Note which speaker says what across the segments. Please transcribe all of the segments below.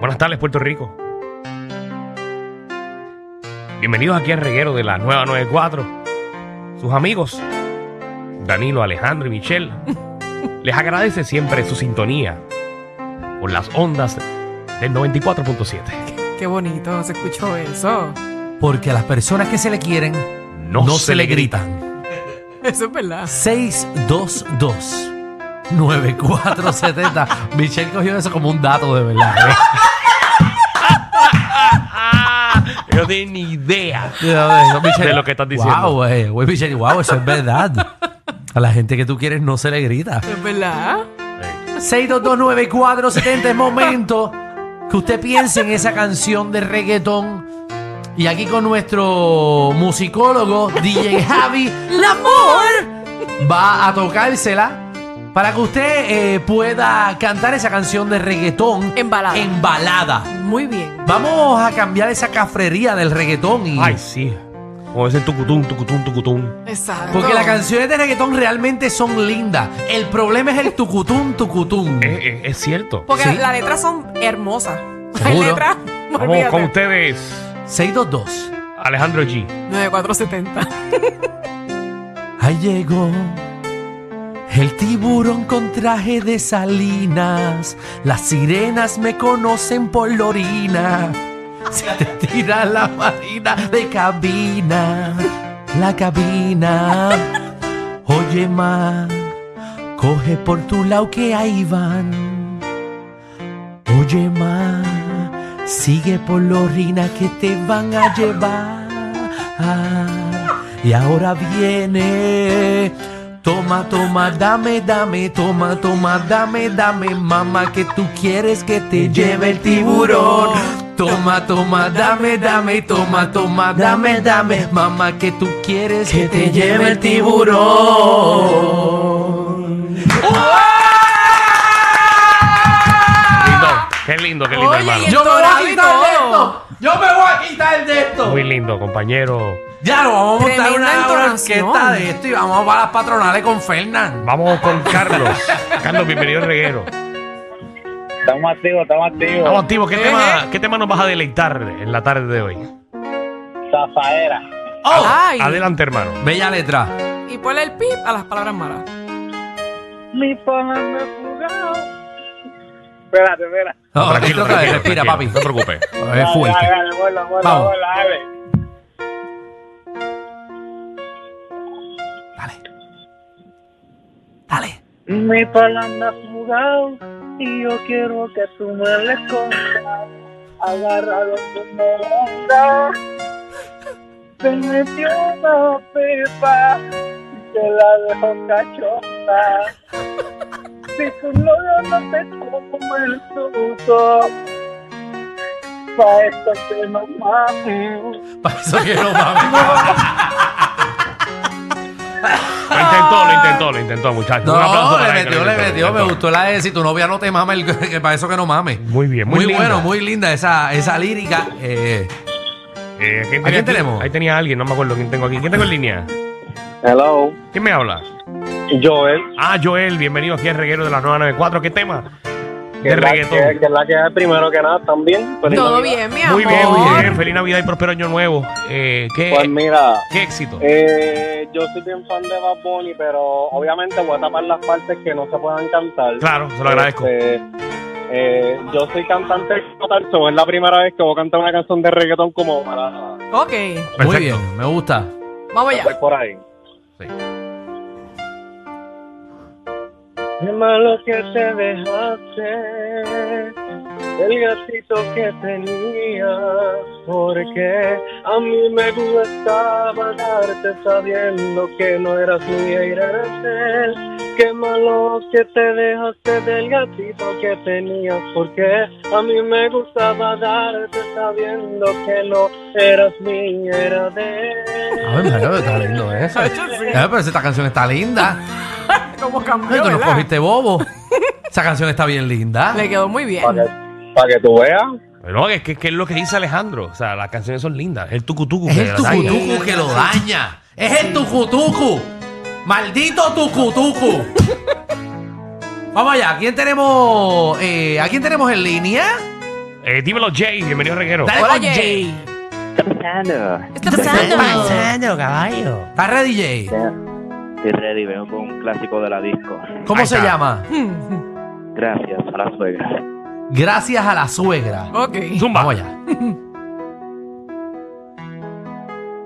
Speaker 1: Buenas tardes, Puerto Rico. Bienvenidos aquí al reguero de la nueva 94. Sus amigos, Danilo, Alejandro y Michelle, les agradece siempre su sintonía por las ondas del 94.7.
Speaker 2: Qué bonito se escuchó eso.
Speaker 3: Porque a las personas que se le quieren no, se, le gritan.
Speaker 2: Eso es verdad.
Speaker 3: 622 9470. Michelle cogió eso como un dato de verdad.
Speaker 1: Yo no tengo ni idea. De lo que estás diciendo.
Speaker 3: Wow, eh, güey. Güey, Michelle, wow, eso es verdad. A la gente que tú quieres no se le grita.
Speaker 2: Es verdad.
Speaker 3: 6229470 es momento que usted piense en esa canción de reggaetón. Y aquí con nuestro musicólogo, DJ Javi Lamor, va a tocársela para que usted eh, pueda cantar esa canción de reggaetón
Speaker 2: En balada.
Speaker 3: en balada.
Speaker 2: Muy bien.
Speaker 3: Vamos a cambiar esa cafrería del reggaetón. Y,
Speaker 1: Ay, sí. Como ese tucutún, tucutún, tucutún.
Speaker 2: Exacto.
Speaker 3: porque las canciones de reggaetón realmente son lindas. El problema es el tucutún, tucutún.
Speaker 1: Es, es- es cierto.
Speaker 2: Porque
Speaker 3: Sí.
Speaker 2: las letras son hermosas. Las
Speaker 3: Seguro.
Speaker 2: letras.
Speaker 1: Vamos con ustedes,
Speaker 3: 622.
Speaker 1: Alejandro G.
Speaker 2: 9470.
Speaker 3: Ahí llegó el tiburón con traje de salinas. Las sirenas me conocen por la orina. Se te tira la marina de cabina. La cabina. Oye, ma, coge por tu lado que ahí van. Oye, ma, sigue por la orina que te van a llevar. Y ahora viene. Toma, toma, dame, dame, toma, toma, dame, dame, mamá, que tú quieres que te lleve el tiburón. Toma, toma, dame, dame, toma, toma, dame, dame, mamá, que tú quieres que te lleve el tiburón.
Speaker 1: Lindo. Qué lindo, qué lindo,
Speaker 2: Oye,
Speaker 1: hermano.
Speaker 2: y el- dorado y todo.
Speaker 3: Yo me voy a quitar de esto.
Speaker 1: Muy lindo, compañero.
Speaker 3: Ya lo vamos a montar
Speaker 2: Tremenda
Speaker 3: una, una
Speaker 2: entonación.
Speaker 3: orquesta de esto y vamos para las patronales con Fernán.
Speaker 1: Vamos con Carlos. Carlos, bienvenido al reguero.
Speaker 4: Estamos activos, estamos activos.
Speaker 1: Vamos, activos. ¿Qué,
Speaker 3: ¿Eh?
Speaker 1: tema, ¿Qué tema nos vas a deleitar en la tarde de hoy?
Speaker 4: Zafaera.
Speaker 2: Ay.
Speaker 1: Oh, Adelante, hermano.
Speaker 3: Bella letra.
Speaker 2: Y ponle el pip a las palabras malas.
Speaker 4: Mi pana me fugado. Espérate, espera.
Speaker 3: No,
Speaker 1: tranquilo,
Speaker 3: otra vez,
Speaker 1: tranquilo,
Speaker 3: respira,
Speaker 1: tranquilo,
Speaker 3: papi.
Speaker 1: No te preocupes.
Speaker 3: Es fuerte.
Speaker 4: Dale, dale, vuela, vuela,
Speaker 3: Vamos.
Speaker 4: vuela, dale.
Speaker 3: Dale. Dale.
Speaker 4: Mi pana me fugado y yo quiero que tú me le escondas. Agarrado tu onda. Se metió una pipa y te la dejó cachonda. Si tu novio no te come el susto, pa' esto te no mames.
Speaker 3: Para eso que no mames.
Speaker 1: Lo intentó, lo intentó, lo intentó, muchachos. Un aplauso
Speaker 3: No,
Speaker 1: para
Speaker 3: le
Speaker 1: él, que lo
Speaker 3: metió, le
Speaker 1: intentó,
Speaker 3: metió.
Speaker 1: lo
Speaker 3: Me
Speaker 1: intentó.
Speaker 3: gustó la de si tu novia no te mama, el, que para eso que no mames.
Speaker 1: Muy bien, muy linda.
Speaker 3: bueno, muy linda esa, esa lírica. Eh,
Speaker 1: Eh, ¿quién tenía
Speaker 3: ¿A quién
Speaker 1: aquí?
Speaker 3: tenemos?
Speaker 1: Ahí tenía alguien, no me acuerdo quién tengo aquí. ¿Quién tengo en línea?
Speaker 4: Hello,
Speaker 1: ¿Quién me habla?
Speaker 4: Joel.
Speaker 1: Ah, Joel, bienvenido aquí al reguero de la 994. ¿Qué tema?
Speaker 4: Que
Speaker 1: De
Speaker 4: es la que,
Speaker 1: reggaetón.
Speaker 4: que es la que es primero que nada también. Feliz
Speaker 2: Todo
Speaker 4: Navidad.
Speaker 2: bien, mi amor.
Speaker 1: Muy bien, muy bien. Feliz Navidad y próspero año nuevo. Eh,
Speaker 4: Pues
Speaker 1: ¿qué,
Speaker 4: mira,
Speaker 1: qué éxito.
Speaker 4: eh, yo soy bien fan de Bad Bunny, pero obviamente voy a tapar las partes que no se puedan cantar.
Speaker 1: Claro, se lo agradezco.
Speaker 4: Este, eh, yo soy cantante total, so es la primera vez que voy a cantar una canción de reggaetón como para
Speaker 2: Ok.
Speaker 3: muy
Speaker 1: Perfecto.
Speaker 3: bien, me gusta.
Speaker 2: Vamos allá.
Speaker 4: por ahí.
Speaker 1: Sí.
Speaker 4: Es malo que te dejaste, el gatito que tenías, porque a mí me gustaba darte sabiendo que no eras mía y eras de él. Qué malo que te dejaste del gatito que tenías, porque a mí me gustaba darte sabiendo que no eras mía, era de él.
Speaker 3: A ver, María, Ah, está lindo eso.
Speaker 2: Chacho, sí.
Speaker 3: Eh, pero si esta canción está linda.
Speaker 2: ¿Cómo
Speaker 3: Ay,
Speaker 2: cambió,
Speaker 3: tú nos
Speaker 2: verdad?
Speaker 3: cogiste bobo. Esa canción está bien linda.
Speaker 2: Le quedó muy bien.
Speaker 4: Para que, pa' que tú veas.
Speaker 1: Pero no, es que, que es lo que dice Alejandro. O sea, las canciones son lindas. El tucutucu.
Speaker 3: Es
Speaker 1: que
Speaker 3: el
Speaker 1: la daña.
Speaker 3: tucutucu que lo daña. Es el tucutucu. Maldito tucutucu. Vamos allá, ¿a quién tenemos, eh, ¿a quién tenemos en línea?
Speaker 1: Eh, dímelo, Jay. Bienvenido, Reguero.
Speaker 3: Dale
Speaker 2: Hola,
Speaker 3: con
Speaker 2: Jay.
Speaker 5: está pasando?
Speaker 2: Está
Speaker 3: pasando?
Speaker 2: pasando.
Speaker 1: caballo.
Speaker 3: ¿Estás ready, Jay?
Speaker 5: Estoy ready, vengo con un clásico de la disco.
Speaker 3: ¿Cómo
Speaker 1: Ahí
Speaker 3: se
Speaker 1: está.
Speaker 3: llama?
Speaker 2: Hmm,
Speaker 5: Gracias a la suegra.
Speaker 3: Gracias a la suegra.
Speaker 2: Ok.
Speaker 1: Zumba.
Speaker 3: Vamos allá.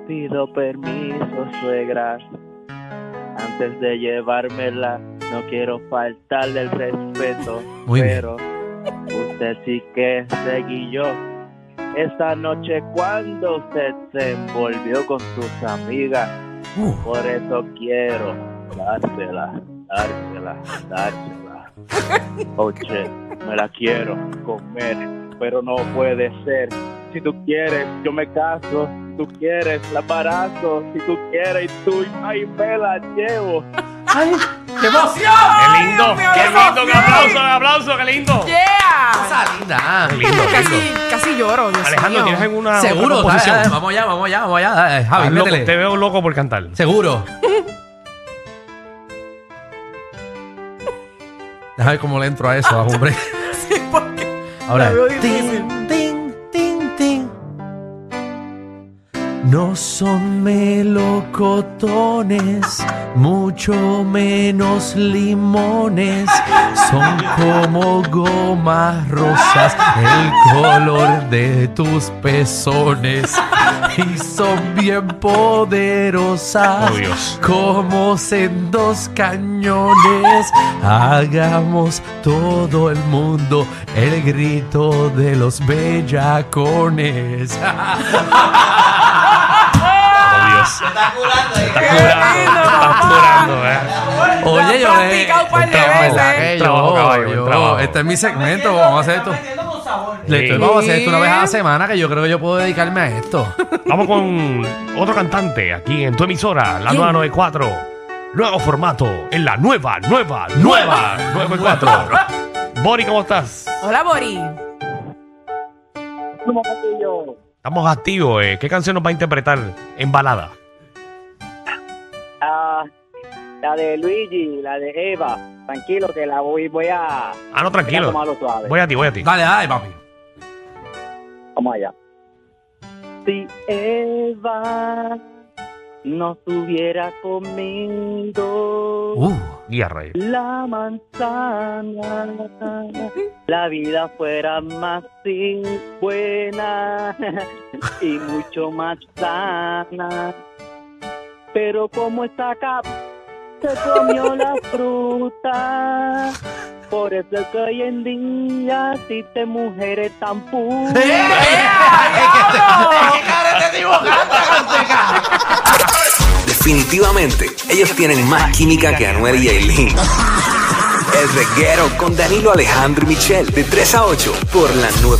Speaker 5: Pido permiso, suegra, antes de llevármela. No quiero faltarle el respeto,
Speaker 3: Muy bien.
Speaker 5: pero usted sí que seguí yo. Esta noche cuando usted se envolvió con sus amigas,
Speaker 3: Uh,
Speaker 5: por eso quiero dársela, dársela, dársela. Oye, me la quiero comer, pero no puede ser. Si tú quieres, yo me caso. Si tú quieres, la embarazo. Si tú quieres, tú ahí me la llevo.
Speaker 3: ¡Qué emoción!
Speaker 1: ¡Qué lindo!
Speaker 2: Dios mío,
Speaker 1: ¡Qué
Speaker 2: qué
Speaker 1: lindo! ¡Qué
Speaker 2: emoción!
Speaker 1: aplauso! ¡Qué aplauso! ¡Qué lindo!
Speaker 2: Yeah.
Speaker 3: Cosa linda. ¿ah?
Speaker 1: Qué lindo, qué lindo.
Speaker 2: Casi, casi lloro. Dios
Speaker 1: Alejandro,
Speaker 2: mío.
Speaker 1: ¿tienes alguna otra
Speaker 3: Seguro, dale,
Speaker 1: composición?
Speaker 3: dale, vamos allá, vamos allá, vamos allá. dale,
Speaker 1: Estás
Speaker 3: Javi,
Speaker 1: loco,
Speaker 3: métele.
Speaker 1: te veo loco por cantar.
Speaker 3: Seguro. Déjame ver cómo le entro a eso, hombre.
Speaker 2: Sí, porque
Speaker 3: Ahora.
Speaker 2: La veo difícil.
Speaker 3: Tin, tin, tin, tin. No son melocotones, mucho menos limones. Son como gomas rosas, el color de tus pezones. Y son bien poderosas
Speaker 1: Oh, Dios.
Speaker 3: como sendos cañones. Hagamos todo el mundo el grito de los bellacones.
Speaker 1: Oh, Dios. Estás curando.
Speaker 2: ¿eh? lindo,
Speaker 1: Estás
Speaker 2: papá.
Speaker 1: curando, eh.
Speaker 3: Oye, yo.
Speaker 2: practicado un par de
Speaker 3: trabajo,
Speaker 2: veces.
Speaker 3: ¿verdad que yo-
Speaker 1: Trabajo, caballo,
Speaker 3: yo-
Speaker 1: trabajo.
Speaker 3: Este es mi segmento. Vamos a hacer esto. Le estoy-
Speaker 1: Sí.
Speaker 3: Vamos a hacer esto una vez a la semana que yo creo que yo puedo dedicarme a esto.
Speaker 1: Vamos con otro cantante aquí en tu emisora, la 994. Nuevo formato en la nueva, nueva, nueva 994. Bori, ¿cómo estás?
Speaker 2: Hola, Bori.
Speaker 1: Estamos activos, eh. ¿Qué canción nos va a interpretar en balada?
Speaker 6: Ah, la de Luigi, la de Eva. Tranquilo que la voy, voy a,
Speaker 1: Ah, no,
Speaker 6: voy a
Speaker 1: tranquilo.
Speaker 6: tomarlo suave.
Speaker 1: Voy a ti, voy a ti.
Speaker 3: Dale, dale, papi.
Speaker 6: Vamos allá. Si Eva no estuviera comiendo
Speaker 3: Uh,
Speaker 1: Y a rayos.
Speaker 6: la manzana, la vida fuera más sin- buena y mucho más sana. Pero como está acá, se comió la fruta. Por eso es que hoy en día existen mujeres tan puras.
Speaker 7: Definitivamente, ellos tienen más química que Anuel y Aileen. El reguero con Danilo Alejandro y Michel de 3 a 8 por la 9.